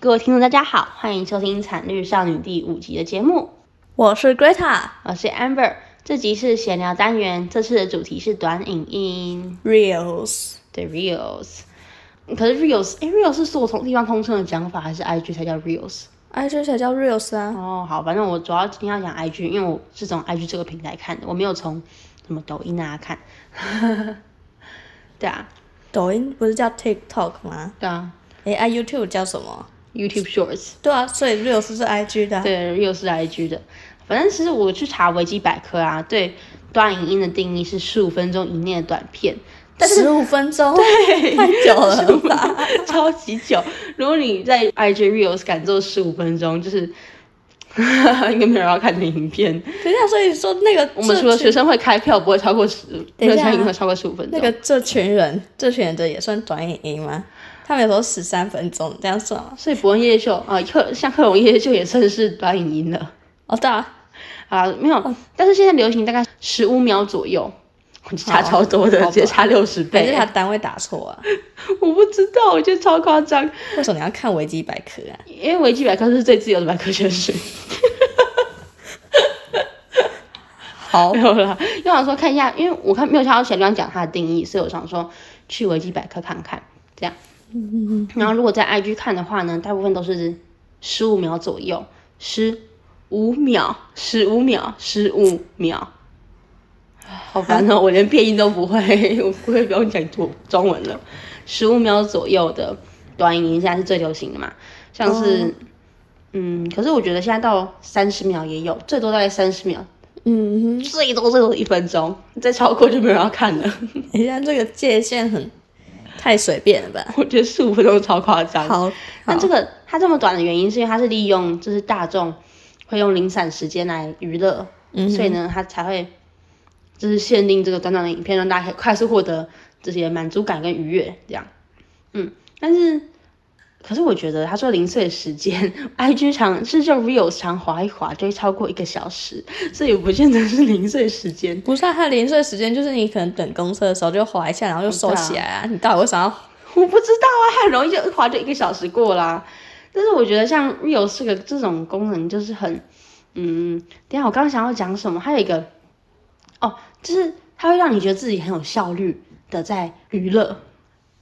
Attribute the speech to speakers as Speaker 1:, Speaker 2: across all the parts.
Speaker 1: 各位听众，大家好，欢迎收听《惨绿少女》第五集的节目，
Speaker 2: 我是 Greta
Speaker 1: 我是 Amber。这集是闲聊单元，这次的主题是短影音，
Speaker 2: Reels。
Speaker 1: 对 Reels。可是 Reels，哎，Reels 是我同地方通称的讲法，还是 IG 才叫 Reels？
Speaker 2: IG 才叫 Reels 啊，
Speaker 1: 哦，好，反正我主要今天要讲 IG，因为我是从 IG 这个平台看的，我没有从什么抖音啊看。 对啊，
Speaker 2: 抖音不是叫 TikTok 吗？
Speaker 1: 对啊
Speaker 2: 诶 i y o u t u b e 叫什么？
Speaker 1: ，YouTube Shorts，
Speaker 2: 对啊，所以 Reels 是 IG 的啊、
Speaker 1: 对，又是 IG 的。反正其实我去查维基百科啊，对短影音的定义是十五分钟以内的短片，但是
Speaker 2: 十 五分钟，太久了吧？
Speaker 1: 超级久。如果你在 IG Reels 敢做十五分钟，就是 应该没有人要看的影片。
Speaker 2: 等一下，所以说那个
Speaker 1: 我们除了
Speaker 2: 这群
Speaker 1: 学生会开票不会超过十，
Speaker 2: 等一
Speaker 1: 热
Speaker 2: 下啊
Speaker 1: 场影会超过十五分
Speaker 2: 那
Speaker 1: 钟。
Speaker 2: 个这群人，这群人的也算短影音吗？他们有时候十三分钟，这样算吗？
Speaker 1: 所以伯恩夜秀啊，克像克隆夜秀也算是短影音了
Speaker 2: 哦，对啊，
Speaker 1: 啊，没
Speaker 2: 哦
Speaker 1: 有。但是现在流行大概十五秒左右，我差超多的，
Speaker 2: 哦好吧
Speaker 1: 直接差六十
Speaker 2: 还是
Speaker 1: 倍
Speaker 2: 他。单位打错啊？
Speaker 1: 我不知道，我觉得超夸张，
Speaker 2: 为什么你要看维基百科啊？
Speaker 1: 因为维基百科是最自由的百科全书。
Speaker 2: 好
Speaker 1: 没，有啦，因为我想说看一下，因为我看没有看到前端讲它的定义，所以我想说去维基百科看看这样。然后如果在 IG 看的话呢，大部分都是十五秒左右，十五秒，十五秒，十五秒。好烦哦！我连变音都不会，我不会不用讲中中文了。十五秒左右的短影音现在是最流行的嘛，像是，嗯，可是我觉得现在到三十秒也有，最多大概三十秒，
Speaker 2: 嗯哼，
Speaker 1: 最多最多一分钟，再超过就没有人要看了。
Speaker 2: 等一下这个界限很太随便了吧？
Speaker 1: 我觉得十五分钟超夸张。
Speaker 2: 好，
Speaker 1: 但
Speaker 2: 好
Speaker 1: 这个它这么短的原因，是因为它是利用就是大众会用零散时间来娱乐，
Speaker 2: 嗯哼
Speaker 1: 所以呢，它才会就是限定这个短短的影片，让大家可以快速获得这些满足感跟愉悦，这样。嗯，但是可是我觉得他说零碎时间 ，IG 长是就 Reels 长划一划就会超过一个小时，所以不见得是零碎时间。
Speaker 2: 不是啊，它的零碎时间就是你可能等公车的时候就滑一下，然后就收起来啊。你到底为啥要？
Speaker 1: 我不知道啊，它很容易就划就一个小时过啦。但是我觉得像 Real 这个这种功能就是很，嗯，等一下我刚刚想要讲什么？还有一个，哦，就是它会让你觉得自己很有效率的在娱乐，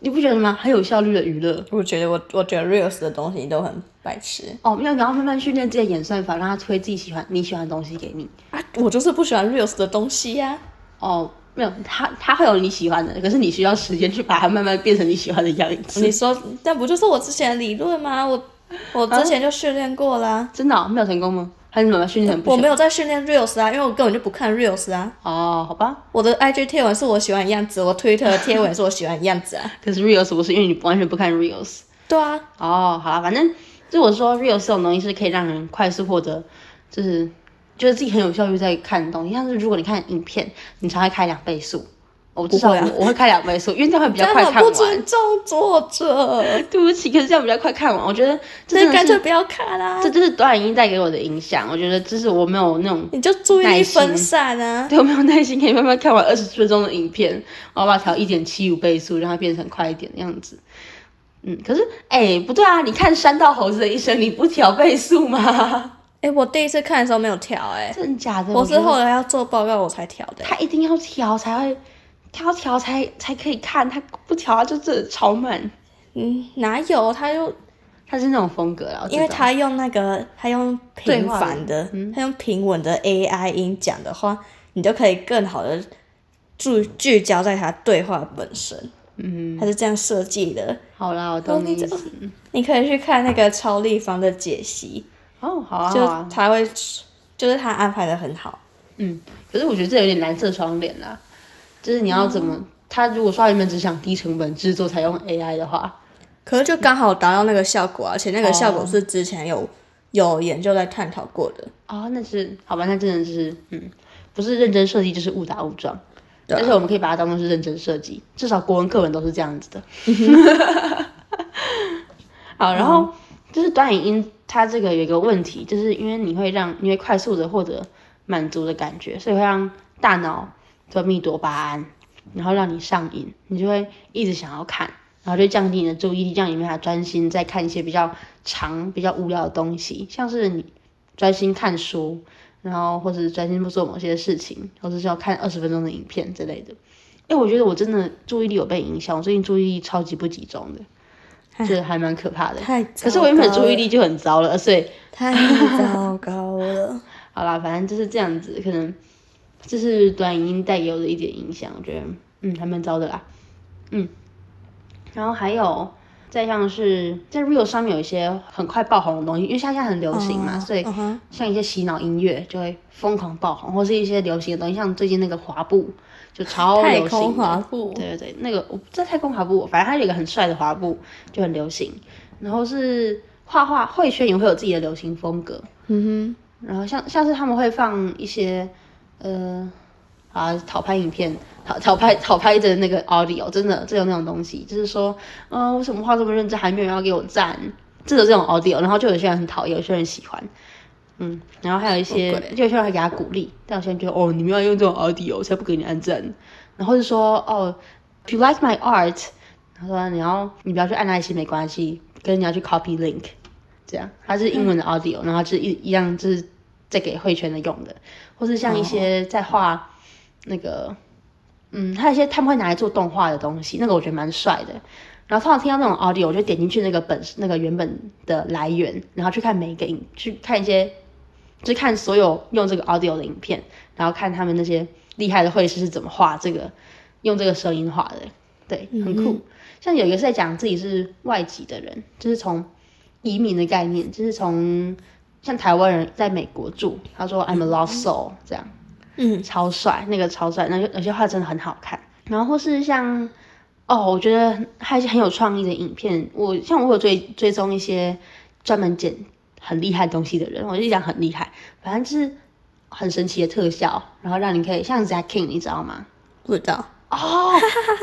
Speaker 1: 你不觉得吗？很有效率的娱乐。
Speaker 2: 我觉得我我觉得 reels 的东西都很白痴
Speaker 1: 哦，没有，你要慢慢训练自己的演算法，让它推自己喜欢你喜欢的东西给你。
Speaker 2: 啊！我就是不喜欢 reels 的东西呀、
Speaker 1: 哦，没有，它它会有你喜欢的，可是你需要时间去把它慢慢变成你喜欢的样子。
Speaker 2: 你说，那不就是我之前的理论吗？我我之前就训练过啦。
Speaker 1: 真的哦、没有成功吗？还是你们训练很不
Speaker 2: 我
Speaker 1: 行？
Speaker 2: 没有在训练 reels 啊，因为我根本就不看 reels 啊。
Speaker 1: 哦，好吧。
Speaker 2: 我的 IG 贴文是我喜欢的样子，我 Twitter 的贴文也是我喜欢的样子啊。
Speaker 1: 可是 reels 不是，因为你完全不看 reels。
Speaker 2: 对啊，
Speaker 1: 哦，好啦，反正就我说 reels 这种东西是可以让人快速获得，就是觉得自己很有效率在看的东西。像是如果你看影片，你常会开两倍速，我至少
Speaker 2: 不
Speaker 1: 我,、
Speaker 2: 会啊
Speaker 1: 我会开两倍速，因为这样会比
Speaker 2: 这
Speaker 1: 较快
Speaker 2: 样
Speaker 1: 看
Speaker 2: 很不
Speaker 1: 完。
Speaker 2: 尊重作者，
Speaker 1: 对不起，可是这样比较快看完。我觉得这真
Speaker 2: 那
Speaker 1: 的
Speaker 2: 干
Speaker 1: 是
Speaker 2: 脆不要看啊啦、
Speaker 1: 这就是短影音带给我的影响。我觉得这是我没有那种
Speaker 2: 你就注意
Speaker 1: 耐
Speaker 2: 力
Speaker 1: 心
Speaker 2: 分散啊。
Speaker 1: 对我没有耐心可以慢慢看完二十分钟的影片，我要把它调一点七五倍速，让它变成快一点的样子。嗯，可是哎、不对啊！你看《山道猴子的一生》，你不调倍速吗？
Speaker 2: 哎、我第一次看的时候没有调、哎，
Speaker 1: 真的假的？
Speaker 2: 我
Speaker 1: 觉
Speaker 2: 是
Speaker 1: 得
Speaker 2: 后来要做报告我才调的、
Speaker 1: 哦他一定要调才会，他要调才才可以看，他不调他就真的超慢。
Speaker 2: 嗯，哪有？他就
Speaker 1: 他是那种风格啊，
Speaker 2: 因为
Speaker 1: 他
Speaker 2: 他用那个，他用平凡
Speaker 1: 对嗯
Speaker 2: 的，他用平稳的 AI 音讲的话，你就可以更好的注聚焦在他对话本身。嗯，他是这样设计的。
Speaker 1: 好啦，我懂你意思。
Speaker 2: 你可以去看那个超立方的解析，
Speaker 1: 哦，好啊，好
Speaker 2: 就
Speaker 1: 啊。
Speaker 2: 他会，就是他安排的很好。
Speaker 1: 嗯，可是我觉得这有点蓝色窗帘啦，就是你要怎么，
Speaker 2: 嗯
Speaker 1: 他如果说他原本只想低成本制作才用 AI 的话，
Speaker 2: 可是就刚好达到那个效果啊，而且
Speaker 1: 哦
Speaker 2: 那个效果是之前有、有研究在探讨过的。
Speaker 1: 哦，那是好吧，那真的是，嗯，不是认真设计就是误打误撞。但是我们可以把它当做是认真设计，至少国文课文都是这样子的。好，然后就是短影音，它这个有一个问题，就是因为你会让你会快速的获得满足的感觉，所以会让大脑分泌多巴胺，然后让你上瘾，你就会一直想要看，然后就降低你的注意力，这样你没法专心在看一些比较长、比较无聊的东西，像是你专心看书，然后或是专心做某些事情，或者是要看二十分钟的影片之类的。哎、我觉得我真的注意力有被影响，我最近注意力超级不集中的，这还蛮可怕的。
Speaker 2: 太
Speaker 1: 可是我原本注意
Speaker 2: 力
Speaker 1: 力就很糟了，所以
Speaker 2: 太糟糕了。
Speaker 1: 好啦，反正就是这样子，可能这是短影音带给我的一点影响，我觉得嗯还蛮糟的啦，嗯，然后还有再像是在 Real 上面有一些很快爆红的东西，因为现在很流行嘛，
Speaker 2: 哦
Speaker 1: 所以
Speaker 2: 嗯哼
Speaker 1: 像一些洗脑音乐就会疯狂爆红，或是一些流行的东西，像最近那个滑步就超
Speaker 2: 太
Speaker 1: 流行的
Speaker 2: 空滑步
Speaker 1: 对对对，那个我不知道太空滑步，反正它有一个很帅的滑步就很流行，然后是画画绘圈也会有自己的流行风格，
Speaker 2: 嗯
Speaker 1: 然后像像是他们会放一些，呃，啊，讨拍影片，讨讨拍讨拍的那个 audio，真的，这有那种东西，就是说，呃，为什么画这么认真，还没有人要给我赞，这有这种 audio，然后就有些人很讨厌，有些人喜欢，嗯，然后还有一些，
Speaker 2: 什么鬼
Speaker 1: 就有些人还给他鼓励，但有些人觉得，哦，你们要用这种 audio 我才不给你按赞，然后就说，哦，if you like my art，他说你要你不要去按爱心没关系，跟你要去 copy link。这样，它是英文的 audio，、然后就是一一样就是在给会圈的用的，或是像一些在画那个，嗯，还有一些他们会拿来做动画的东西，那个我觉得蛮帅的。然后通常听到那种 audio，我就点进去那个本那个原本的来源，然后去看每一个影，去看一些，就是看所有用这个 audio 的影片，然后看他们那些厉害的绘师是怎么画这个，用这个声音画的，对，很酷。像有一个是在讲自己是外籍的人，就是从移民的概念，就是从像台湾人在美国住，他说 I'm a lost soul 这样，
Speaker 2: 哼，嗯，
Speaker 1: 超帅，那个超帅，那个有些画真的很好看。然后或是像哦，我觉得还是很有创意的影片。我像我有追追踪一些专门剪很厉害东西的人，我就讲很厉害，反正就是很神奇的特效，然后让你可以像 Zack King，你知道吗？
Speaker 2: 不知道，
Speaker 1: 哦，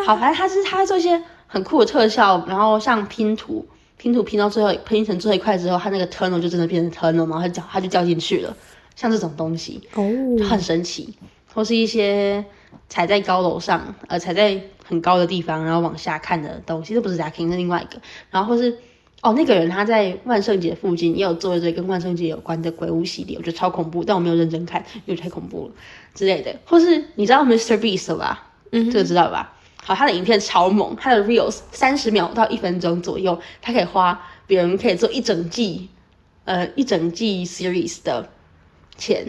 Speaker 1: 好，反正他是他会做一些很酷的特效，然后像拼图，拼图拼到最后拼成最后一块之后，它那个 tunnel 就真的变成 tunnel，然后它掉它就掉进去了，像这种东西
Speaker 2: 哦，
Speaker 1: 很神奇，或是一些踩在高楼上，呃，踩在很高的地方，然后往下看的东西，这不是 Jacking，是另外一个，然后或是。哦，那个人他在万圣节附近也有做一堆跟万圣节有关的鬼屋系列，我觉得超恐怖，但我没有认真看，因为太恐怖了之类的。或是你知道 Mr. Beast 吧？
Speaker 2: 嗯
Speaker 1: 这个知道吧？好，他的影片超猛，他的 reels 三十秒到一分钟左右，他可以花别人可以做一整季，呃，一整季 series 的钱，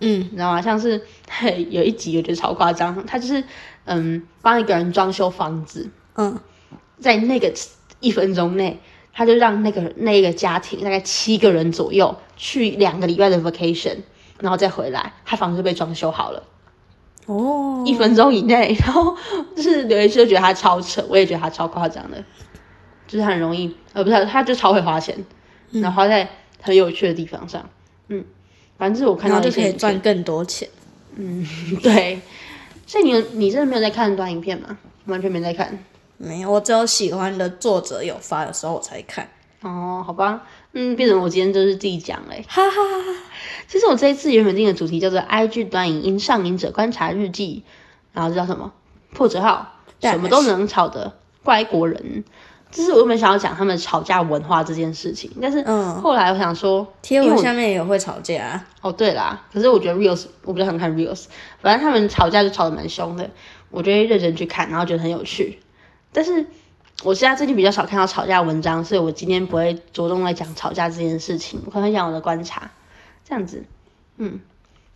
Speaker 2: 嗯
Speaker 1: 你知道吗？像是有一集我觉得超夸张，他就是嗯帮一个人装修房子，
Speaker 2: 嗯，
Speaker 1: 在那个一分钟内，他就让那个那个家庭大概七个人左右去两个礼拜的 vacation，然后再回来，他房子就被装修好了。
Speaker 2: 哦，
Speaker 1: 一分钟以内， 然后就是刘一师就觉得他超扯，我也觉得他超夸张的，就是很容易，呃，不是，他就超会花钱，
Speaker 2: 嗯
Speaker 1: 然后花在很有趣的地方上，嗯，反正是我看
Speaker 2: 然
Speaker 1: 到
Speaker 2: 后
Speaker 1: 的
Speaker 2: 就
Speaker 1: 一些
Speaker 2: 可
Speaker 1: 影
Speaker 2: 以
Speaker 1: 片，
Speaker 2: 赚更多钱。
Speaker 1: 对，所以你有你真的没有在看短影片吗？完全没在看，
Speaker 2: 没有，我只有喜欢的作者有发的时候我才看。
Speaker 1: 哦，好吧，嗯，变成我今天就是自己讲嘞。
Speaker 2: 哈哈哈哈！
Speaker 1: 其实我这一次原本定的主题叫做 “IG 短影音上瘾者观察日记”，然后这叫什么破折号，
Speaker 2: 对
Speaker 1: 什么都能吵的外国人。这是我原本想要讲他们吵架文化这件事情，但是
Speaker 2: 嗯
Speaker 1: 后来我想说，
Speaker 2: 贴
Speaker 1: 因为
Speaker 2: 文
Speaker 1: 我
Speaker 2: 下面也会吵架、啊。
Speaker 1: 哦对啦，可是我觉得 reels 我不是很看 reels，反正他们吵架就吵得蛮凶的，我就会认真去看，然后觉得很有趣。但是我现在最近比较少看到吵架文章，所以我今天不会着重来讲吵架这件事情，我可能会讲我的观察，这样子。嗯，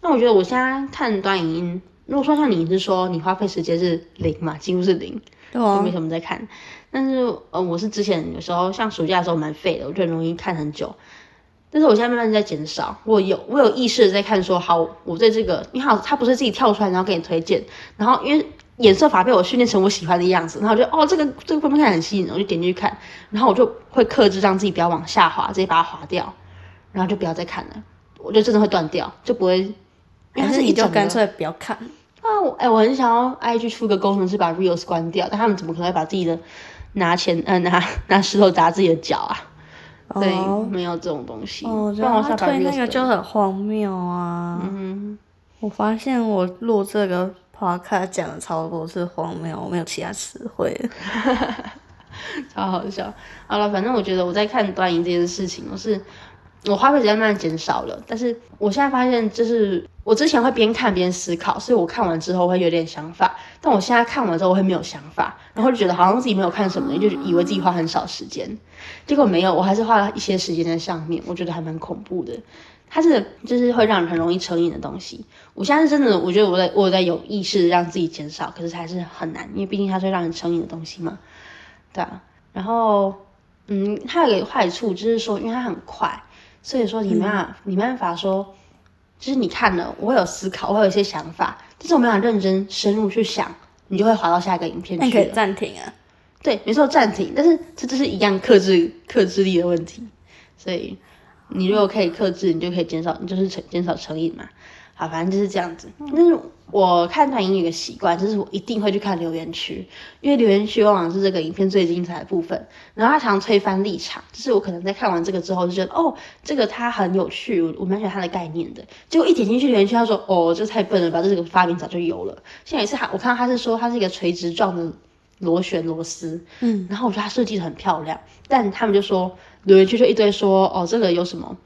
Speaker 1: 那我觉得我现在看短影音，如果说像你是说你花费时间是零嘛，几乎是零，
Speaker 2: 对
Speaker 1: 就
Speaker 2: 啊
Speaker 1: 没，什么在看。但是呃，我是之前有时候像暑假的时候蛮废的，我就很容易看很久。但是我现在慢慢在减少，我有我有意识的在看说，好，我对这个，因为它它不是自己跳出来然后给你推荐，然后因为演算法被我训练成我喜欢的样子，然后我就哦这个这个封面看很吸引人，我就点进去看，然后我就会克制让自己不要往下滑，直接把它滑掉，然后就不要再看了，我就真的会断掉，就不会，因为它
Speaker 2: 啊还是
Speaker 1: 是
Speaker 2: 你
Speaker 1: 一
Speaker 2: 就
Speaker 1: 整个
Speaker 2: 干脆不要看。
Speaker 1: 啊，我哎、我很想要 IG 出个功能是把 Reels 关掉，但他们怎么可能会把自己的拿钱呃拿拿石头砸自己的脚啊？对，
Speaker 2: 哦，
Speaker 1: 没有这种东西。
Speaker 2: 哦，
Speaker 1: 不然我
Speaker 2: 然后
Speaker 1: 想把
Speaker 2: 推
Speaker 1: Reels
Speaker 2: 那个就
Speaker 1: 关掉
Speaker 2: 很荒谬啊。
Speaker 1: 嗯，
Speaker 2: 我发现我录这个 podcast 讲的超多是荒谬，我没有其他词汇了。
Speaker 1: 超好笑。好了，反正我觉得我在看端倪这件事情，我是我花费时间慢慢减少了，但是我现在发现，就是我之前会边看边思考，所以我看完之后会有点想法，但我现在看完之后我会没有想法，然后就觉得好像自己没有看什么，就以为自己花很少时间，结果没有，我还是花了一些时间在上面，我觉得还蛮恐怖的。它是就是会让人很容易成瘾的东西。我现在是真的，我觉得我在我有在有意识地让自己减少，可是还是很难，因为毕竟它是会让人成瘾的东西嘛，对啊。然后，嗯，它有一个坏处就是说，因为它很快，所以说你没办法，你没办法说，就是你看了，我会有思考，我会有一些想法，但是我没有认真深入去想，你就会滑到下一个影片
Speaker 2: 那你
Speaker 1: 去
Speaker 2: 可以
Speaker 1: 了。
Speaker 2: 暂停啊。
Speaker 1: 对，没错，暂停。但是这就是一样克制克制力的问题，所以你如果可以克制，你就可以减少，你就是成减少成瘾嘛。好，反正就是这样子。但是我看短影有一个习惯，就是我一定会去看留言区，因为留言区往往是这个影片最精彩的部分。然后他常推翻立场，就是我可能在看完这个之后就觉得，哦，这个它很有趣，我我蛮喜欢它的概念的。结果一点进去留言区，他说，哦，这太笨了吧，这个发明早就有了。像有一次他，我看到他是说它是一个垂直状的螺旋螺丝，
Speaker 2: 嗯，
Speaker 1: 然后我觉得它设计的很漂亮，但他们就说留言区就一堆说哦，这个有什么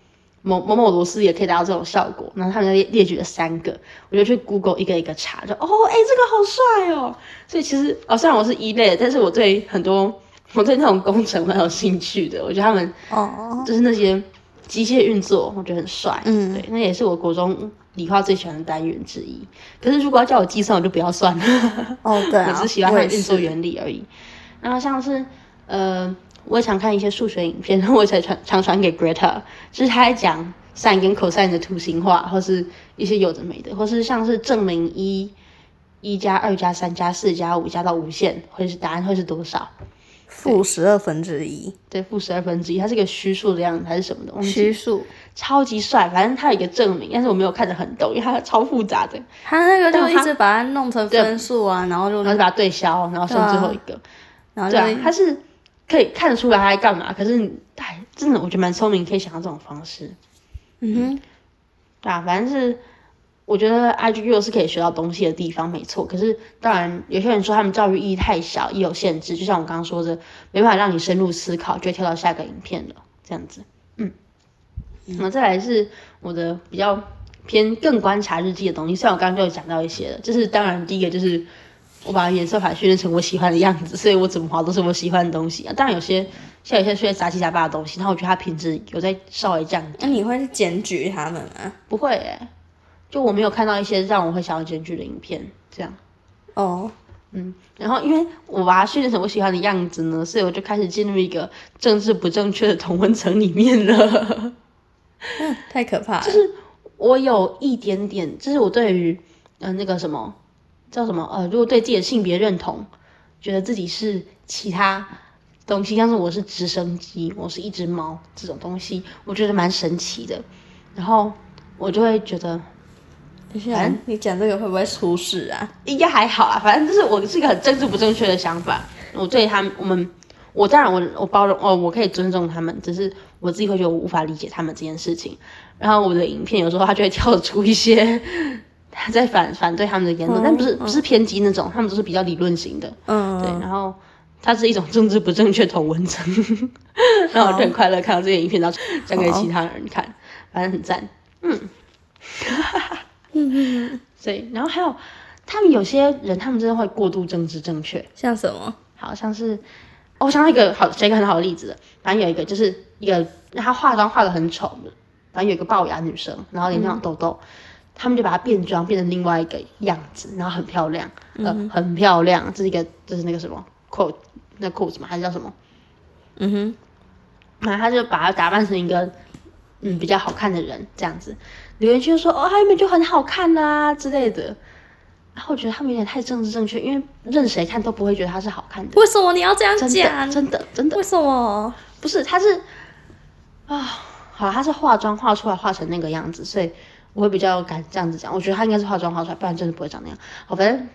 Speaker 1: 某某某螺丝也可以达到这种效果，然后他们就列列举了三个，我就去 Google 一个一个查，就哦，哎、这个好帅哦。所以其实哦，虽然我是一类的，但是我对很多我对那种工程蛮有兴趣的，我觉得他们
Speaker 2: 哦，
Speaker 1: 就是那些机械运作，我觉得很帅。
Speaker 2: 嗯
Speaker 1: 对，那也是我国中理化最喜欢的单元之一。可是如果要叫我计算，我就不要算了。
Speaker 2: 哦对 啊
Speaker 1: 我只喜欢它
Speaker 2: 我
Speaker 1: 的
Speaker 2: 也是
Speaker 1: 运作原理而已。然后像是呃，我也常看一些数学影片， 然后我也才传常传给 Greta，就是他在讲 sin 跟 cosine 的图形化，或是一些有的没的，或是像是证明一。一加二加三加四加五加到无限，会是答案会是多少？
Speaker 2: 负十二分之一，
Speaker 1: 对，负十二分之一，它是一个虚数的样子还是什么的？忘记了
Speaker 2: 虚数。
Speaker 1: 超级帅，反正他有一个证明，但是我没有看得很懂，因为它超复杂的，
Speaker 2: 他那个
Speaker 1: 但我
Speaker 2: 就一直把它弄成分数啊，然后就
Speaker 1: 然后就把它对消，然后剩最后一个。
Speaker 2: 然后
Speaker 1: 对
Speaker 2: 就
Speaker 1: 啊，他是可以看得出来他在干嘛，可是你哎，真的我觉得蛮聪明，可以想到这种方式。
Speaker 2: 嗯
Speaker 1: 对啊，反正是我觉得 IG 又是可以学到东西的地方，没错。可是当然，有些人说他们教育意义太小，也有限制。就像我刚刚说的，没办法让你深入思考，就会跳到下个影片了，这样子。嗯，然后再来是我的比较偏更观察日记的东西，虽然我刚刚就有讲到一些了，就是当然第一个就是。我把颜色法训练成我喜欢的样子，所以我怎么滑都是我喜欢的东西啊。当然有些像有些学杂七杂八的东西，然后我觉得它品质有在稍微降低
Speaker 2: 哼，那你会去检举他们吗？
Speaker 1: 不会、欸，就我没有看到一些让我会想要检举的影片，这样。
Speaker 2: 哦，
Speaker 1: 嗯，然后因为我把它训练成我喜欢的样子呢，所以我就开始进入一个政治不正确的同温层里面了。
Speaker 2: 太可怕了。就是
Speaker 1: 我有一点点，就是我对于呃那个什么叫什么呃，如果对自己的性别认同，觉得自己是其他东西，像是我是直升机，我是一只猫这种东西，我觉得蛮神奇的。然后我就会觉得
Speaker 2: 等一下，你讲这个会不会出事啊？
Speaker 1: 应该还好啦，反正就是我是一个很政治不正确的想法。我对他们，我们，我当然我我包容哦，我可以尊重他们，只是我自己会觉得我无法理解他们这件事情。然后我的影片有时候它就会跳出一些 他在反反对他们的言论，但不是不是偏激那种，他们都是比较理论型的。
Speaker 2: 嗯，
Speaker 1: 对，啊然后它是一种政治不正确同文层， 然后我就很快乐看到这些影片，然后讲给其他人看，反正很赞，嗯，
Speaker 2: 嗯
Speaker 1: 对，然后还有他们有些人，他们真的会过度政治正确，
Speaker 2: 像什么？
Speaker 1: 好像是，哦我想到一个好，讲一个很好的例子了，反正有一个就是一个她化妆化的很丑的，反正有一个龅牙女生，然后脸上有痘痘。他们就把她变装变成另外一个样子，然后很漂亮，呃，很漂亮，这是一个，这是那个什么 quote，那 quote 嘛，还是叫什么？
Speaker 2: 嗯哼，
Speaker 1: 然后他就把她打扮成一个嗯比较好看的人这样子。留言区就说哦，他们就很好看啦、之类的。然后我觉得他们有点太政治正确，因为任谁看都不会觉得她是好看的。
Speaker 2: 为什么你要这样
Speaker 1: 真
Speaker 2: 讲
Speaker 1: 的，？真的，真的
Speaker 2: 为什么？
Speaker 1: 不是，她是啊，好，她是化妆化出来化成那个样子，所以我会比较敢这样子讲。我觉得她应该是化妆化出来，不然真的不会长那样。好，反正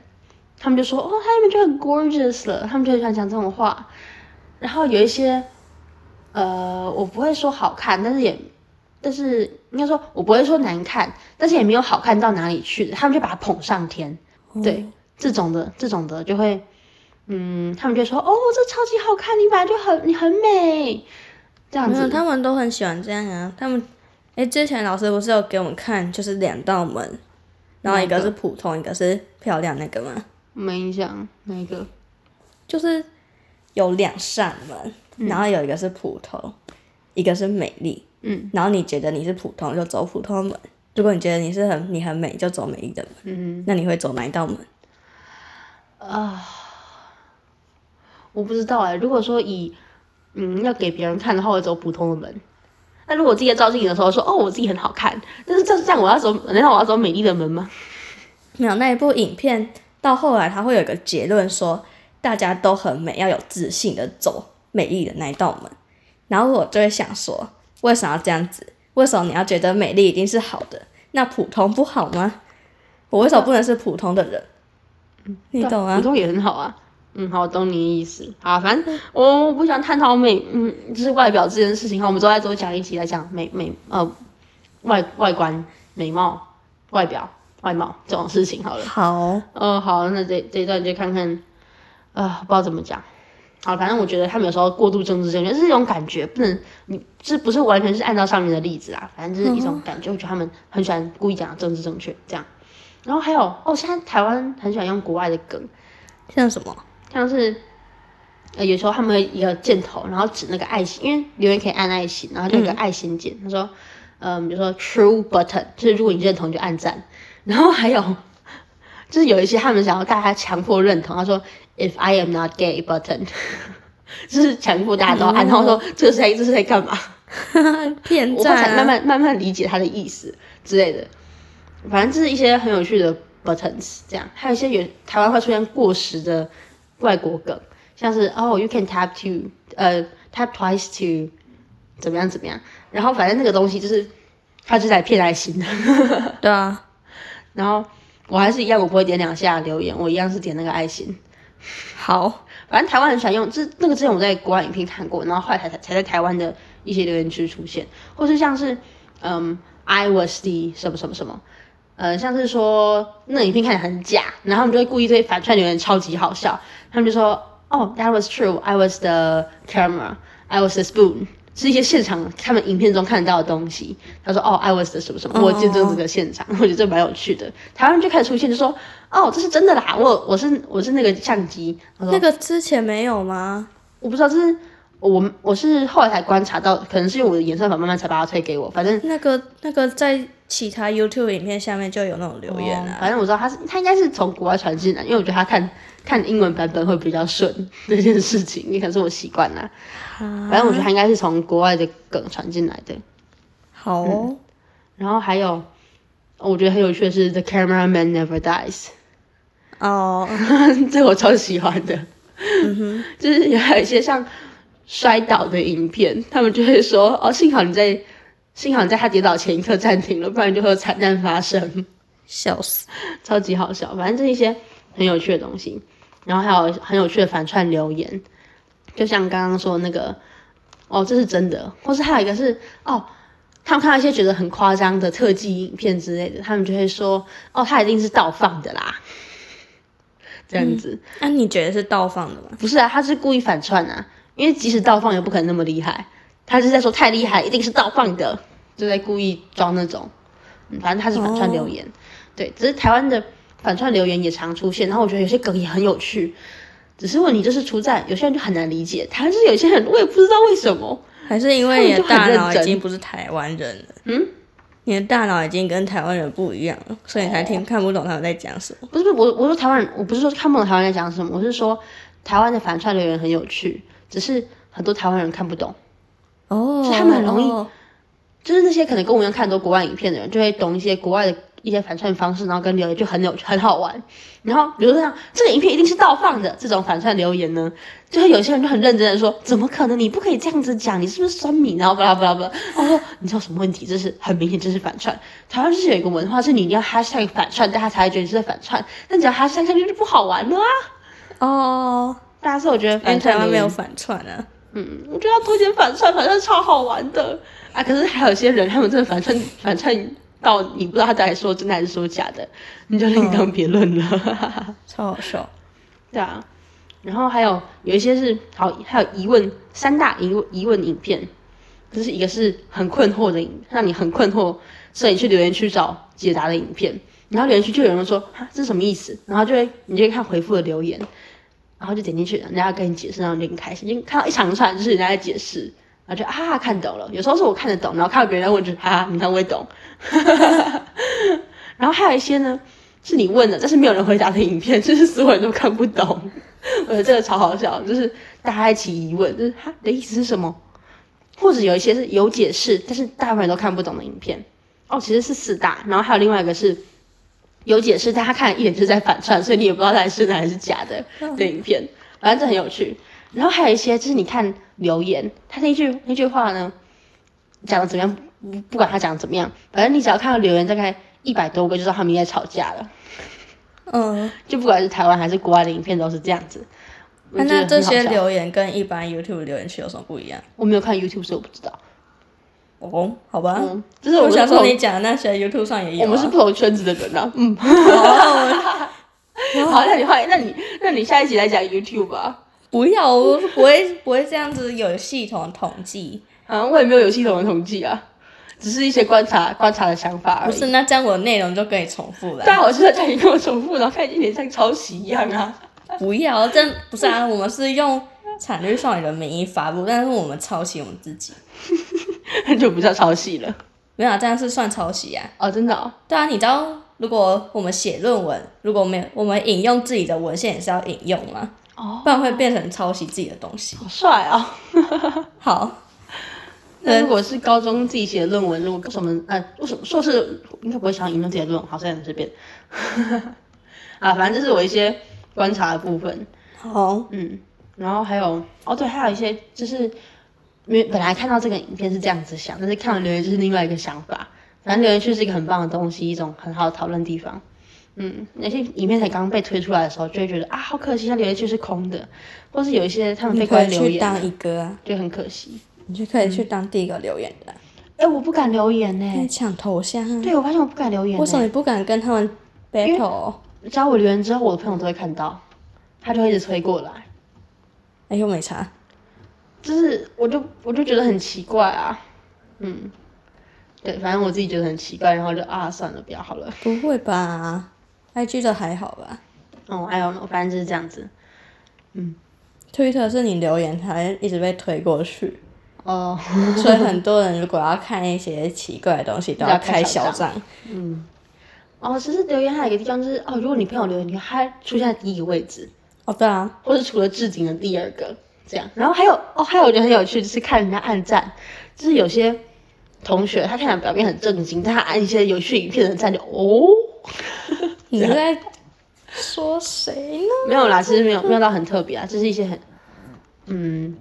Speaker 1: 他们就说哦，他们就很 gorgeous 了，他们就喜欢讲这种话。然后有一些，呃，我不会说好看，但是也，但是应该说我不会说难看，但是也没有好看到哪里去的，他们就把它捧上天。对，这种的这种的就会嗯，他们就说哦，这超级好看，你本来就很你很美，这样
Speaker 2: 没有，
Speaker 1: 子。
Speaker 2: 嗯他们都很喜欢这样啊。他们，哎、之前老师不是有给我们看，就是两道门，然后一个是普通，一个是漂亮那个嘛，
Speaker 1: 没印象哪一个？
Speaker 2: 就是有两扇门，然后有一个是普通，一个是美丽。
Speaker 1: 嗯，
Speaker 2: 然后你觉得你是普通，就走普通门；如果你觉得你是很你很美，就走美丽的门。
Speaker 1: 嗯啊
Speaker 2: 那你会走哪一道门？
Speaker 1: 我不知道哎、如果说以嗯要给别人看的话，我会走普通的门。那如果我自己在照镜子的时候说哦，我自己很好看，但是这这样我要走，难道我要走美丽的门吗？
Speaker 2: 没有那一部影片到后来，它会有一个结论说，大家都很美，要有自信的走美丽的那一道门。然后我就会想说，为什么要这样子？为什么你要觉得美丽一定是好的？那普通不好吗？我为什么不能是普通的人？你懂
Speaker 1: 普
Speaker 2: 啊？
Speaker 1: 通也很好啊。嗯，好，我懂你的意思。好，反正
Speaker 2: 嗯
Speaker 1: 我我不想探讨美，嗯，就是外表这件事情。好，我们之后再多讲一集来讲美美呃外外观、美貌、外表、外貌这种事情好了。
Speaker 2: 好，
Speaker 1: 哦，好，那这这一段就看看，啊、不知道怎么讲。好，反正我觉得他们有时候过度政治正确是一种感觉，不能你这不是完全是按照上面的例子啊，反正就是一种感觉。我觉得他们很喜欢故意讲政治正确这样。然后还有哦，现在台湾很喜欢用国外的梗，
Speaker 2: 像什么？
Speaker 1: 像是呃有时候他们会一个箭头，然后指那个爱心，因为留言可以按爱心，然后就有个爱心键，他说，嗯、比如说 true button，就是如果你认同就按赞， 然后还有就是有一些他们想要大家强迫认同，他说 if I am not gay button，就是强迫大家都按，然后说这个是在这是在干嘛？
Speaker 2: 骗
Speaker 1: 我会
Speaker 2: 赞、
Speaker 1: 想
Speaker 2: 啊？
Speaker 1: 慢慢慢慢理解他的意思之类的。反正这是一些很有趣的 buttons，这样还有一些有台湾会出现过时的外国梗，像是哦、you can tap to，呃，tap twice to，怎么样怎么样。然后反正那个东西就是他就是来骗爱心的。
Speaker 2: 对啊，
Speaker 1: 然后我还是一样，我不会点两下留言，我一样是点那个爱心。
Speaker 2: 好，
Speaker 1: 反正台湾很喜欢用，这那个之前我在国外影片看过，然后后来才才在台湾的一些留言区出现，或是像是嗯，I was the 什么什么什么，呃，像是说那影片看起来很假，然后他们就会故意对反串留言超级好笑，他们就说哦、t h a t was true, I was the camera, I was the spoon。是一些现场他们影片中看得到的东西。他说：“哦，I was the 什么什么，我见证这个现场，我觉得这蛮有趣的。”台湾人就开始出现，就说：“哦，这是真的啦，我我是我是那个相机。”他说
Speaker 2: 那个之前没有吗？
Speaker 1: 我不知道，这是我我是后来才观察到，可能是因为我的演算法慢慢才把它推给我。反正
Speaker 2: 那个那个在其他 YouTube 影片下面就有那种留言啊。
Speaker 1: 反正我知道他是他应该是从国外传进来，因为我觉得他看看英文版本会比较顺这件事情，也可能是我习惯啦。
Speaker 2: 啊
Speaker 1: 反正我觉得他应该是从国外的梗传进来的。
Speaker 2: 好、哦
Speaker 1: 然后还有我觉得很有趣的是 The cameraman never dies，
Speaker 2: 哦，
Speaker 1: 这我超喜欢的。就是有一些像摔倒的影片，他们就会说：“哦，幸好你在，幸好你在他跌倒前一刻暂停了，不然就会有惨案发生。
Speaker 2: 笑死。”
Speaker 1: 超级好笑，反正这一些很有趣的东西，然后还有很有趣的反串留言，就像刚刚说那个，哦，这是真的，或是还有一个是哦。他们看到一些觉得很夸张的特技影片之类的，他们就会说：“哦，他一定是倒放的啦。” 这样子，
Speaker 2: 那、你觉得是倒放的吗？
Speaker 1: 不是啊，他是故意反串啊，因为即使倒放也不可能那么厉害，他是在说太厉害，一定是倒放的，就在故意装那种。嗯反正他是反串留言，对，只是台湾的反串留言也常出现，然后我觉得有些梗也很有趣，只是问题就是出在有些人就很难理解，台湾就是有些人我也不知道为什么，
Speaker 2: 还是因
Speaker 1: 他
Speaker 2: 为
Speaker 1: 们
Speaker 2: 你的
Speaker 1: 就很
Speaker 2: 大脑
Speaker 1: 认真
Speaker 2: 已经不是台湾人了？
Speaker 1: 嗯，
Speaker 2: 你的大脑已经跟台湾人不一样了，所以你才听看不懂他们在讲什么。
Speaker 1: 不是不是，我我说台湾人，我不是说看不懂台湾人在讲什么，我是说台湾的反串留言很有趣，只是很多台湾人看不懂。
Speaker 2: 哦
Speaker 1: 所以他们很容易就是那些可能跟我一样看很多国外影片的人，就会懂一些国外的一些反串方式，然后跟留言就很有很好玩。然后比如说像这个影片一定是倒放的这种反串留言呢，就会有些人就很认真的说，怎么可能？你不可以这样子讲，你是不是酸民？然后巴拉巴拉巴拉。我说你知道什么问题？这是很明显，这是反串。台湾就是有一个文化，是你一定要 hashtag 反串，大家才会觉得你是在反串。但只要 hashtag 上去就不好玩了啊！
Speaker 2: 哦，
Speaker 1: 大家是我觉得
Speaker 2: 因为
Speaker 1: 反串
Speaker 2: 台湾
Speaker 1: 留
Speaker 2: 没
Speaker 1: 言
Speaker 2: 有反串啊。
Speaker 1: 嗯，我觉得要多点反串，反串超好玩的啊！可是还有些人，他们真的反串反串到你不知道他到底说真的还是说假的，你就另当别论了。
Speaker 2: 超好笑。
Speaker 1: 对啊，然后还有有一些是好，还有疑问三大疑问疑问影片，就是一个是很困惑的影，让你很困惑，所以你去留言区找解答的影片。然后留言区就有人说啊，这是什么意思？然后就会你就会看回复的留言，然后就点进去，人家跟你解释，然后你就很开心，就看到一长串就是人家在解释，然后就啊看懂了。有时候是我看得懂，然后看到别人在问就啊，你看我也懂。 然后还有一些呢，是你问的，但是没有人回答的影片，就是所有人都看不懂。我觉得这个超好笑，就是大家一起疑问，就是他的意思是什么？或者有一些是有解释，但是大部分人都看不懂的影片。哦，其实是四大，然后还有另外一个是有解释，但他看一眼就是在反串，所以你也不知道它是真的还是假的的影片。反正这很有趣。然后还有一些就是你看留言，他那句那句话呢，讲的怎么样？不不管他讲的怎么样，反正你只要看到留言大概一百多个，就知道他们应该吵架了。
Speaker 2: 嗯，
Speaker 1: 就不管是台湾还是国外的影片都是这样子。我
Speaker 2: 那
Speaker 1: 觉得
Speaker 2: 那这
Speaker 1: 很好
Speaker 2: 些
Speaker 1: 笑
Speaker 2: 留言跟一般 YouTube 留言区有什么不一样？
Speaker 1: 我没有看 YouTube，所以我不知道。
Speaker 2: 哦，好吧，
Speaker 1: 嗯，就是我
Speaker 2: 我
Speaker 1: 们
Speaker 2: 想
Speaker 1: 是不
Speaker 2: 说
Speaker 1: 同
Speaker 2: 你讲的那些 YouTube 上也有、啊，
Speaker 1: 我们是不同圈子的人啊。嗯，
Speaker 2: 哦
Speaker 1: 好，那你换，那你那你下一集来讲 YouTube 啊吧。
Speaker 2: 不要，我不会不会这样子有系统统计。
Speaker 1: 啊，我也没有有系统的统计啊，只是一些观察观察的想法而
Speaker 2: 不
Speaker 1: 已。
Speaker 2: 是，那这样我的内容就跟你重复了。
Speaker 1: 但我是在讲你跟我重复，然后看起来一脸像抄袭一样啊。
Speaker 2: 不要，这样不是啊，我们是用产业少女的名义发布，但是我们抄袭我们自己。
Speaker 1: 那就不叫抄袭了。
Speaker 2: 没有啊，这样是算抄袭啊。
Speaker 1: 哦，真的、哦，
Speaker 2: 对啊，你知道，如果我们写论文，如果没有我们引用自己的文献，也是要引用嘛，
Speaker 1: 哦，
Speaker 2: 不然会变成抄袭自己的东西。
Speaker 1: 好帅啊、
Speaker 2: 好，嗯
Speaker 1: 那如果是高中自己写的论文，如果什么呃，为什么硕士应该不会想引用自己的论文，好像很随便。 啊，反正这是我一些观察的部分，
Speaker 2: 好，
Speaker 1: 嗯，然后还有哦，对，还有一些就是，因为本来看到这个影片是这样子想，但是看完留言就是另外一个想法。反正留言区是一个很棒的东西，一种很好的讨论地方。嗯，那些影片才刚被推出来的时候，就会觉得啊，好可惜，它留言区是空的，或是有一些他们被
Speaker 2: 你
Speaker 1: 关
Speaker 2: 可以
Speaker 1: 留
Speaker 2: 去
Speaker 1: 言，
Speaker 2: 当一个啊，
Speaker 1: 就很可惜。
Speaker 2: 你就可以去当第一个留言的啊、
Speaker 1: 哎、我不敢留言呢、
Speaker 2: 可以抢头像啊。
Speaker 1: 对，我发现我不敢留言、欸。
Speaker 2: 为什么你不敢跟他们 battle？哦
Speaker 1: 只要我留言之后，我的朋友都会看到，他就会一直推过来，
Speaker 2: 哎呦，没差。
Speaker 1: 就是我就我就觉得很奇怪啊，嗯，对，反正我自己觉得很奇怪，然后就啊算了，不要好了，
Speaker 2: 不会吧？IG 的还好吧
Speaker 1: 哦，哎呦，反正就是这样子，嗯
Speaker 2: ？Twitter 是你留言才一直被推过去，
Speaker 1: 哦，
Speaker 2: 所以很多人如果要看一些奇怪的东西，都要开小
Speaker 1: 要开小
Speaker 2: 账。
Speaker 1: 嗯，哦，其实留言还有一个地方就是，哦，如果你朋友留言，你还出现在第一个位置，
Speaker 2: 哦，对啊，
Speaker 1: 或是除了置顶的第二个这样。然后还有哦，还有我觉得很有趣，就是看人家按赞，就是有些同学他看起来表面很正经，但他按一些有趣影片的赞就哦，
Speaker 2: 你是在说谁呢？
Speaker 1: 没有啦，其实没有没有到很特别啊，就是一些很嗯，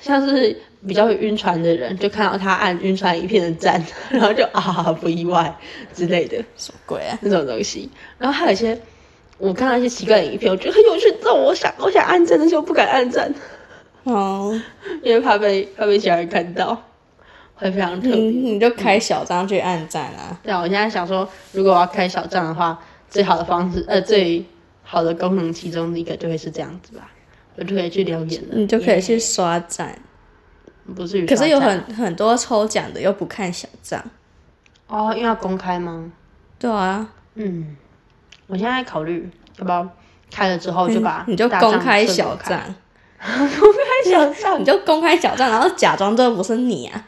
Speaker 1: 像是比较会晕船的人，就看到他按晕船影片的赞， 然后就啊不意外之类的。
Speaker 2: 什么鬼啊？
Speaker 1: 那种东西。然后还有一些我看到一些奇怪的影片，我觉得很有趣，但我想我想按赞，但是又不敢按赞，
Speaker 2: 哦，
Speaker 1: 因为怕被怕被其他人看到，会非常特
Speaker 2: 你
Speaker 1: 别。
Speaker 2: 你就开小账去按赞啊。
Speaker 1: 对啊，我现在想说，如果我要开小账的话，最好的方式，呃，最好的功能其中一个就会是这样子吧，我就可以去留言了，
Speaker 2: 嗯你就可以去刷赞，
Speaker 1: 不至于
Speaker 2: 可
Speaker 1: 刷赞啊。
Speaker 2: 是有很很多抽奖的又不看小账，
Speaker 1: 哦，因为要公开吗？
Speaker 2: 对啊，
Speaker 1: 嗯，我现在考虑要不要开了之后就把
Speaker 2: 嗯你就
Speaker 1: 大账
Speaker 2: 公开
Speaker 1: 设
Speaker 2: 小
Speaker 1: 公开
Speaker 2: 账，
Speaker 1: 公开小账
Speaker 2: 你就公开小账，然后假装这不是你啊。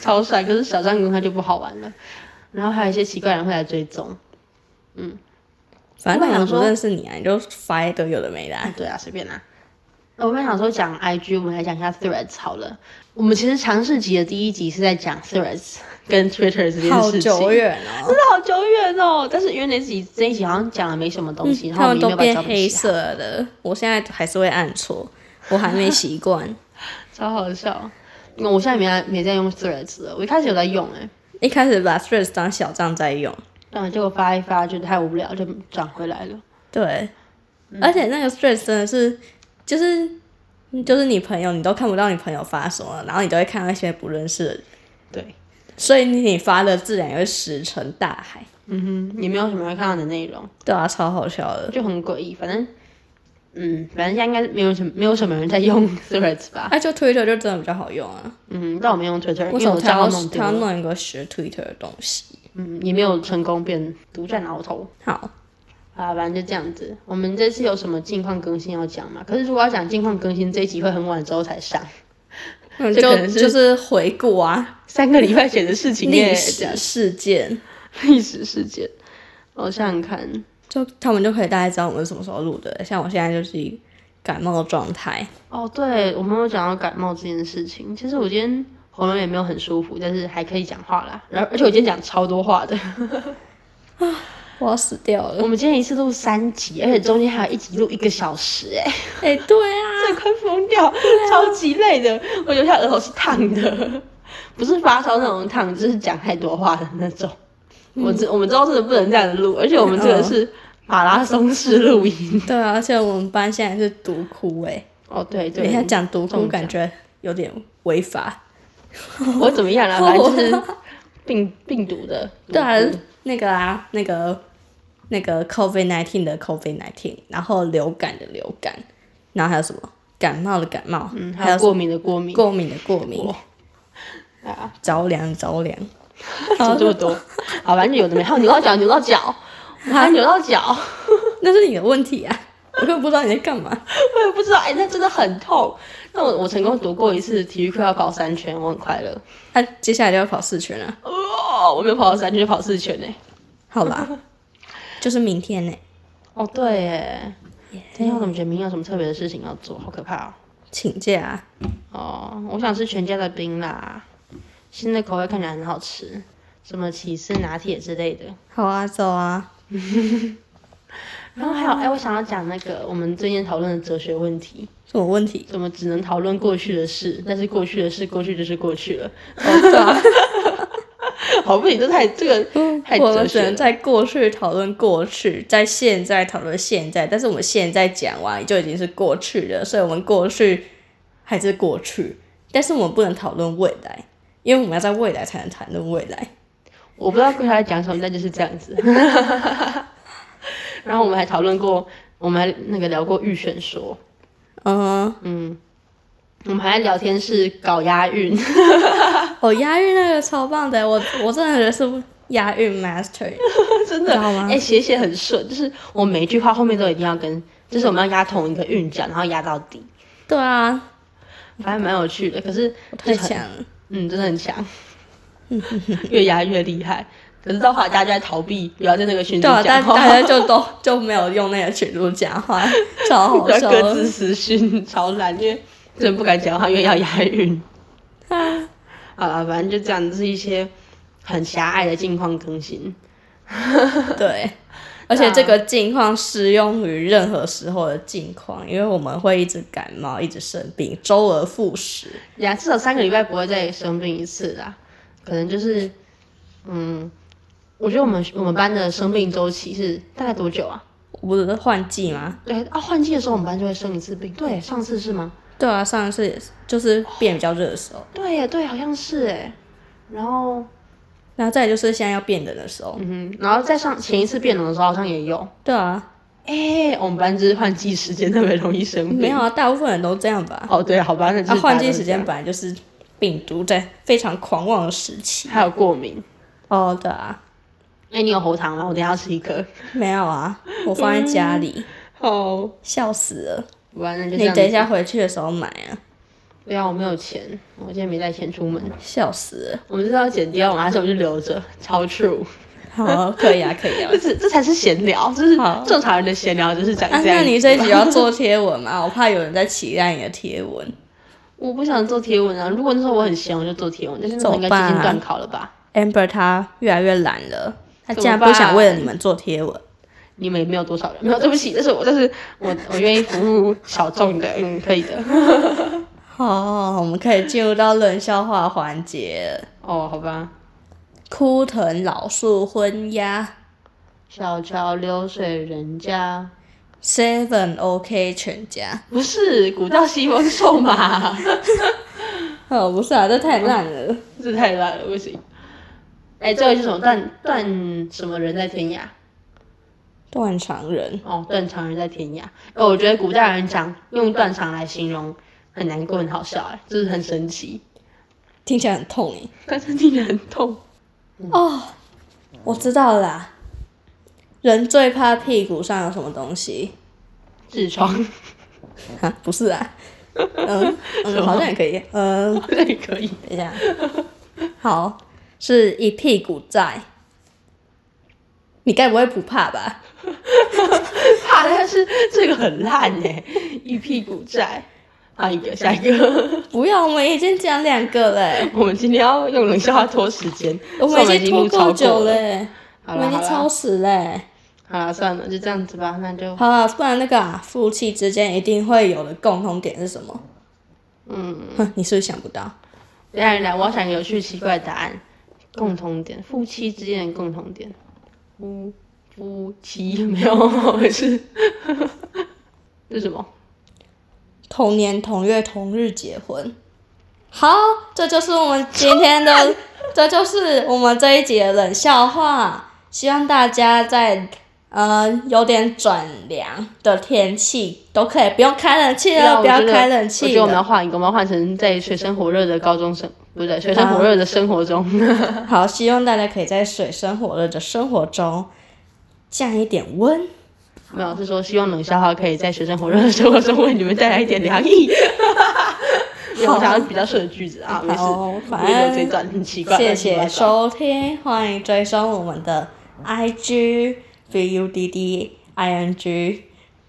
Speaker 1: 超帅，可是小张公开就不好玩了。然后还有一些奇怪人会来追踪，嗯
Speaker 2: 反
Speaker 1: 我
Speaker 2: 正他们
Speaker 1: 本来想
Speaker 2: 不
Speaker 1: 说
Speaker 2: 认识你啊，你就发一堆有的没的、啊。
Speaker 1: 对啊，随便啦、那我们想说讲 IG，我们来讲一下 Threads 好了。我们其实尝试集的第一集是在讲 Threads 跟 Twitter 这件事情，
Speaker 2: 好久远
Speaker 1: 真
Speaker 2: 哦，
Speaker 1: 的好久远哦。但是因为那集这一集好像讲了没什么东西，然后
Speaker 2: 嗯他
Speaker 1: 我也
Speaker 2: 们
Speaker 1: 没有
Speaker 2: 都
Speaker 1: 把它
Speaker 2: 变
Speaker 1: 找
Speaker 2: 黑
Speaker 1: 起来，
Speaker 2: 色的，我现在还是会按错，我还没习惯。
Speaker 1: 超好笑。那我现在没在没在用 Threads 了，我一开始有在用哎、
Speaker 2: 一开始把 Threads 当小账在用，
Speaker 1: 但结果发一发觉得太无聊，就转回来了。
Speaker 2: 对，
Speaker 1: 嗯
Speaker 2: 而且那个 Threads 真的是，就是就是你朋友，你都看不到你朋友发什么，然后你都会看到一些不认识的人，
Speaker 1: 对，
Speaker 2: 所以你发的自然也会石沉大海。
Speaker 1: 嗯哼，也没有什么会看到的内容，
Speaker 2: 对啊，超好笑的。
Speaker 1: 就很诡异。反正，嗯，反正现在应该没有什么没有什么人在用 Threads 吧。
Speaker 2: 哎、就 Twitter 就真的比较好用啊。
Speaker 1: 嗯，但我没用 Twitter，因
Speaker 2: 为
Speaker 1: 为
Speaker 2: 什么
Speaker 1: 我
Speaker 2: 他
Speaker 1: 账
Speaker 2: 要
Speaker 1: 号弄
Speaker 2: 他
Speaker 1: 丢
Speaker 2: 要
Speaker 1: 了。
Speaker 2: 弄一个学 Twitter 的东西？
Speaker 1: 嗯，也没有成功变独占鳌头。
Speaker 2: 好，
Speaker 1: 啊，反正就这样子。我们这次有什么近况更新要讲吗？可是如果要讲近况更新，这一集会很晚之后才上，
Speaker 2: 嗯，
Speaker 1: 这
Speaker 2: 就
Speaker 1: 可能是
Speaker 2: 就是回顾啊，
Speaker 1: 三个礼拜前的事情耶
Speaker 2: 历
Speaker 1: 这样
Speaker 2: 史事件，
Speaker 1: 历史事件。我想想看，
Speaker 2: 就他们就可以大概知道我们什么时候录的。像我现在就是一感冒状态，
Speaker 1: 哦，对，我们有讲到感冒这件事情。其实我今天喉咙也没有很舒服，但是还可以讲话啦。然后，而且我今天讲超多话的。
Speaker 2: 我要死掉
Speaker 1: 我
Speaker 2: 了。
Speaker 1: 们今天一次录三集，而且中间还有一集录一个小时、哎，
Speaker 2: 哎、对啊，
Speaker 1: 真的快疯掉，超级累的。我留下额头是烫的， 不是发烧那种烫，就是讲太多话的那种。我知我们知道真的不能这样录，而且我们这个是马拉松式录音。
Speaker 2: 对啊，而且我们班现在是独哭哎、
Speaker 1: 哦，对
Speaker 2: 等一下
Speaker 1: 对，
Speaker 2: 讲独
Speaker 1: 中
Speaker 2: 哭
Speaker 1: 奖
Speaker 2: 感觉有点违法。
Speaker 1: 我怎么样 了？反正就是病病毒的。嗯
Speaker 2: 对啊，那个啊，那个那个 COVID nineteen 的 COVID nineteen，然后流感的流感，然后还有什么感冒的感冒，
Speaker 1: 嗯，还
Speaker 2: 还
Speaker 1: 有
Speaker 2: 有
Speaker 1: 过敏的过敏。
Speaker 2: 过敏的过敏，
Speaker 1: 啊，
Speaker 2: 着凉着凉。
Speaker 1: 怎么这么 多？好，反正有的没，还有扭到脚，扭到 脚，还扭到脚。
Speaker 2: 那是你的问题啊，我根本不知道你在干嘛。
Speaker 1: 我也不知道，哎、那真的很痛。那我我成功躲过一次体育课要跑三圈，我很快乐。
Speaker 2: 啊，接下来就要跑四圈了，
Speaker 1: 哦，我没有跑到三圈，就跑四圈呢。
Speaker 2: 好吧？就是明天呢、
Speaker 1: 哦，对耶，今天我怎么觉得明天有什么特别的事情要做？好可怕
Speaker 2: 请假、啊。
Speaker 1: 哦！哦，我想吃全家的冰啦，新的口味看起来很好吃，什么起司拿铁之类的。
Speaker 2: 好啊，走啊。
Speaker 1: 然后还有，哎、我想要讲那个我们最近讨论的哲学问题，
Speaker 2: 什么问题？
Speaker 1: 怎么只能讨论过去的事？但是过去的事，过去就是过去了。
Speaker 2: 对 啊，
Speaker 1: 好，不行，这太这个太
Speaker 2: 我
Speaker 1: 哲
Speaker 2: 们只
Speaker 1: 学
Speaker 2: 能
Speaker 1: 了。
Speaker 2: 在过去讨论过去，在现在讨论现在，但是我们现在讲完就已经是过去了，所以我们过去还是过去，但是我们不能讨论未来，因为我们要在未来才能谈论未来。
Speaker 1: 我不知道跟他讲什么，但就是这样 子。然后我们还讨论过，我们还那个聊过预选说，
Speaker 2: 嗯，
Speaker 1: 嗯，我们还在聊天室搞押 韵，啊
Speaker 2: 哦，押韵那个超棒的，我我真的觉得是押韵 master，
Speaker 1: 真的，
Speaker 2: 知道吗
Speaker 1: 哎、写写很顺，就是我每一句话后面都一定要跟，就是我们要押同一个韵脚，然后押到底，
Speaker 2: 对啊，
Speaker 1: 反正蛮有趣的。可是
Speaker 2: 我
Speaker 1: 就
Speaker 2: 太
Speaker 1: 是很
Speaker 2: 强了，
Speaker 1: 嗯，真的很强， 越押越厉害。可是到后来大家就在逃避，不要在那个群组
Speaker 2: 对啊，大
Speaker 1: 讲话，
Speaker 2: 大家就 都就没有用那个群组讲话，超好
Speaker 1: 不要
Speaker 2: 笑的，
Speaker 1: 各自私讯，超懒，因为真的不敢讲话，因为要押韵。
Speaker 2: 啊
Speaker 1: 好了，反正就这样，这是一些很狭隘的近况更新。
Speaker 2: 对，而且这个境况适用于任何时候的境况，因为我们会一直感冒，一直生病，周而复始。
Speaker 1: 呀，至少三个礼拜不会再生病一次啦。可能就是，嗯，我觉得我们我们班的生病周期是大概多久啊？
Speaker 2: 不是换季吗？
Speaker 1: 对啊，换季的时候我们班就会生一次病。对，上次是吗？
Speaker 2: 对啊，上一次也是，就是变比较热的时候，
Speaker 1: 对耶，对，好像是哎。然后，
Speaker 2: 然后再来就是现在要变冷的时候。
Speaker 1: 嗯哼，然后再上前一次变冷的时候好像也有。
Speaker 2: 对啊，
Speaker 1: 哎，我们班就是换季时间特别容易生病。
Speaker 2: 没有啊，大部分人都这样吧。
Speaker 1: 哦，对，好吧，那就是
Speaker 2: 啊，换
Speaker 1: 大家
Speaker 2: 季
Speaker 1: 都
Speaker 2: 时
Speaker 1: 这样
Speaker 2: 间本来就是病毒在非常狂妄的时期。
Speaker 1: 还有过敏。
Speaker 2: 哦，对啊，
Speaker 1: 哎，你有喉糖吗？我等一下要吃一颗。
Speaker 2: 没有啊，我放在家里，
Speaker 1: 哦，
Speaker 2: 笑死了。
Speaker 1: 完了就这
Speaker 2: 你
Speaker 1: 样。
Speaker 2: 等一下回去的时候买啊，
Speaker 1: 不要，我没有钱，我今天没带钱出门。
Speaker 2: 笑死了。
Speaker 1: 我们知道剪掉嘛，还是我们就留着？超 true，
Speaker 2: 好啊，可以啊，可以 啊
Speaker 1: 这。是这才是闲聊，就是
Speaker 2: 好
Speaker 1: 正常人的闲聊，就是讲
Speaker 2: 啊，
Speaker 1: 这样。
Speaker 2: 那你这一集要做贴文吗？我怕有人在期待你的贴文。
Speaker 1: 我不想做贴文啊，如果那时候我很闲，我就做贴文，但是那时候应该接
Speaker 2: 怎么
Speaker 1: 近
Speaker 2: 办啊
Speaker 1: 断考了吧？
Speaker 2: Amber 她越来越懒了，她
Speaker 1: 怎
Speaker 2: 竟然
Speaker 1: 么
Speaker 2: 不想
Speaker 1: 办
Speaker 2: 为了你们做贴文。
Speaker 1: 你们也没有多少人，没有，对不起，但是我但是我我愿意服务小众的，嗯，可以的。
Speaker 2: 好，我们可以进入到冷笑话环节了。
Speaker 1: 哦，好吧。
Speaker 2: 枯藤老树昏鸦
Speaker 1: 小桥流水人家，
Speaker 2: ，Seven OK 全家。
Speaker 1: 不是古道西风瘦马，
Speaker 2: 哦，不是啊，这太烂了。
Speaker 1: 这太烂了，不行。哎、这位是什么？断断什么人在天涯？
Speaker 2: 断肠人，
Speaker 1: 哦，断肠人在天涯。哎，我觉得古代人讲用断肠来形容很难过，很好笑、哎，就是很神奇，
Speaker 2: 听起来很痛欸诶。
Speaker 1: 但是听起来很痛。
Speaker 2: 哦，我知道了啦。人最怕屁股上有什么东西？
Speaker 1: 痔疮，
Speaker 2: 哈，不是啊。嗯嗯，好像也可以。嗯，
Speaker 1: 这也可以。
Speaker 2: 等一下，好，是一屁股债。你该不会不怕吧？
Speaker 1: 怕，啊但是这个很烂哎、一屁股债。下一个，下一个，
Speaker 2: 不要，我们已经讲两个了欸，
Speaker 1: 我们今天要用冷笑话拖时间，
Speaker 2: 我们
Speaker 1: 所以
Speaker 2: 已经拖
Speaker 1: 录超
Speaker 2: 够久
Speaker 1: 过
Speaker 2: 了
Speaker 1: 了。
Speaker 2: 欸，我
Speaker 1: 好
Speaker 2: 们
Speaker 1: 了
Speaker 2: 已
Speaker 1: 好
Speaker 2: 经超
Speaker 1: 了，
Speaker 2: 时了欸。
Speaker 1: 好了，算了，就这样子吧，那就
Speaker 2: 好了，不然那个啊，夫妻之间一定会有的共同点是什么？
Speaker 1: 嗯，
Speaker 2: 哼，你是不是想不到？
Speaker 1: 来来来，我要想一个有趣奇怪的答案。共同点，夫妻之间的共同点，夫夫妻没有，我是 是什么？
Speaker 2: 同年同月同日结婚。好，这就是我们今 天的，这就是我们这一集的冷笑话。希望大家在呃有点转凉的天气都可以不用开冷气哦了，不要
Speaker 1: 我觉得
Speaker 2: 开冷
Speaker 1: 我
Speaker 2: 气
Speaker 1: 觉得我们要
Speaker 2: 了。
Speaker 1: 换一个，我们要换成在水深火热的高中生，不对，水深火热的生活中。
Speaker 2: 好，希望大家可以在水深火热的生活中降一点温。
Speaker 1: 没有，是说希望冷笑话可以在学生火热的生活中为你们带来一点凉 意。因为我想要比较顺的句子啊， 没事
Speaker 2: 好，反
Speaker 1: 我觉得我这一
Speaker 2: 正
Speaker 1: 段很奇怪，
Speaker 2: 谢
Speaker 1: 很奇怪
Speaker 2: 谢收听，欢迎追踪我们的 IG B U D D I N G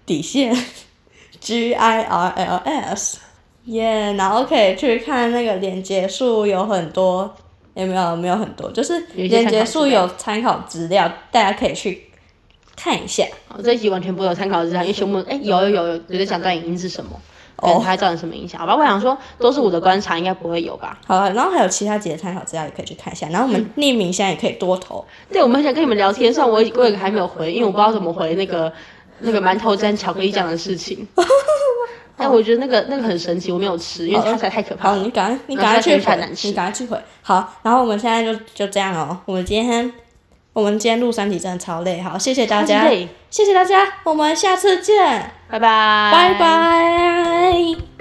Speaker 2: 底线 G I R L S，耶然后可以去看那个连结数有很多，也没有没有很多，就是
Speaker 1: 有一些参
Speaker 2: 连
Speaker 1: 考
Speaker 2: 结数
Speaker 1: 资
Speaker 2: 有参考资料，大家可以去看一下。
Speaker 1: 好哦这一集完全不会有参考资料，因为熊本哎有有有有有点想断影音是什么，
Speaker 2: 哦
Speaker 1: 对它会造成什么影响？好吧，我想说都是我的观察，应该不会有吧？
Speaker 2: 好了，然后还有其他几个参考资料也可以去看一下，然后我们匿名现在也可以多投，
Speaker 1: 对，我们很想跟你们聊天，虽然我我有一个还没有回，因为我不知道怎么回那个 那个馒头沾巧克力酱的事 情。但我觉得那个那个很神奇，我没有吃，因为它实在太可怕
Speaker 2: 好，
Speaker 1: 了。
Speaker 2: 你赶快，你
Speaker 1: 嗯那
Speaker 2: 赶快
Speaker 1: 现在可
Speaker 2: 去
Speaker 1: 以看
Speaker 2: 回
Speaker 1: 难，吃
Speaker 2: 你赶快去回。好，然后我们现在就就这样哦。我们今天，我们今天录三集真的超累。好，谢谢大
Speaker 1: 超
Speaker 2: 家
Speaker 1: 累，
Speaker 2: 谢谢大家，我们下次见，
Speaker 1: 拜拜，
Speaker 2: 拜拜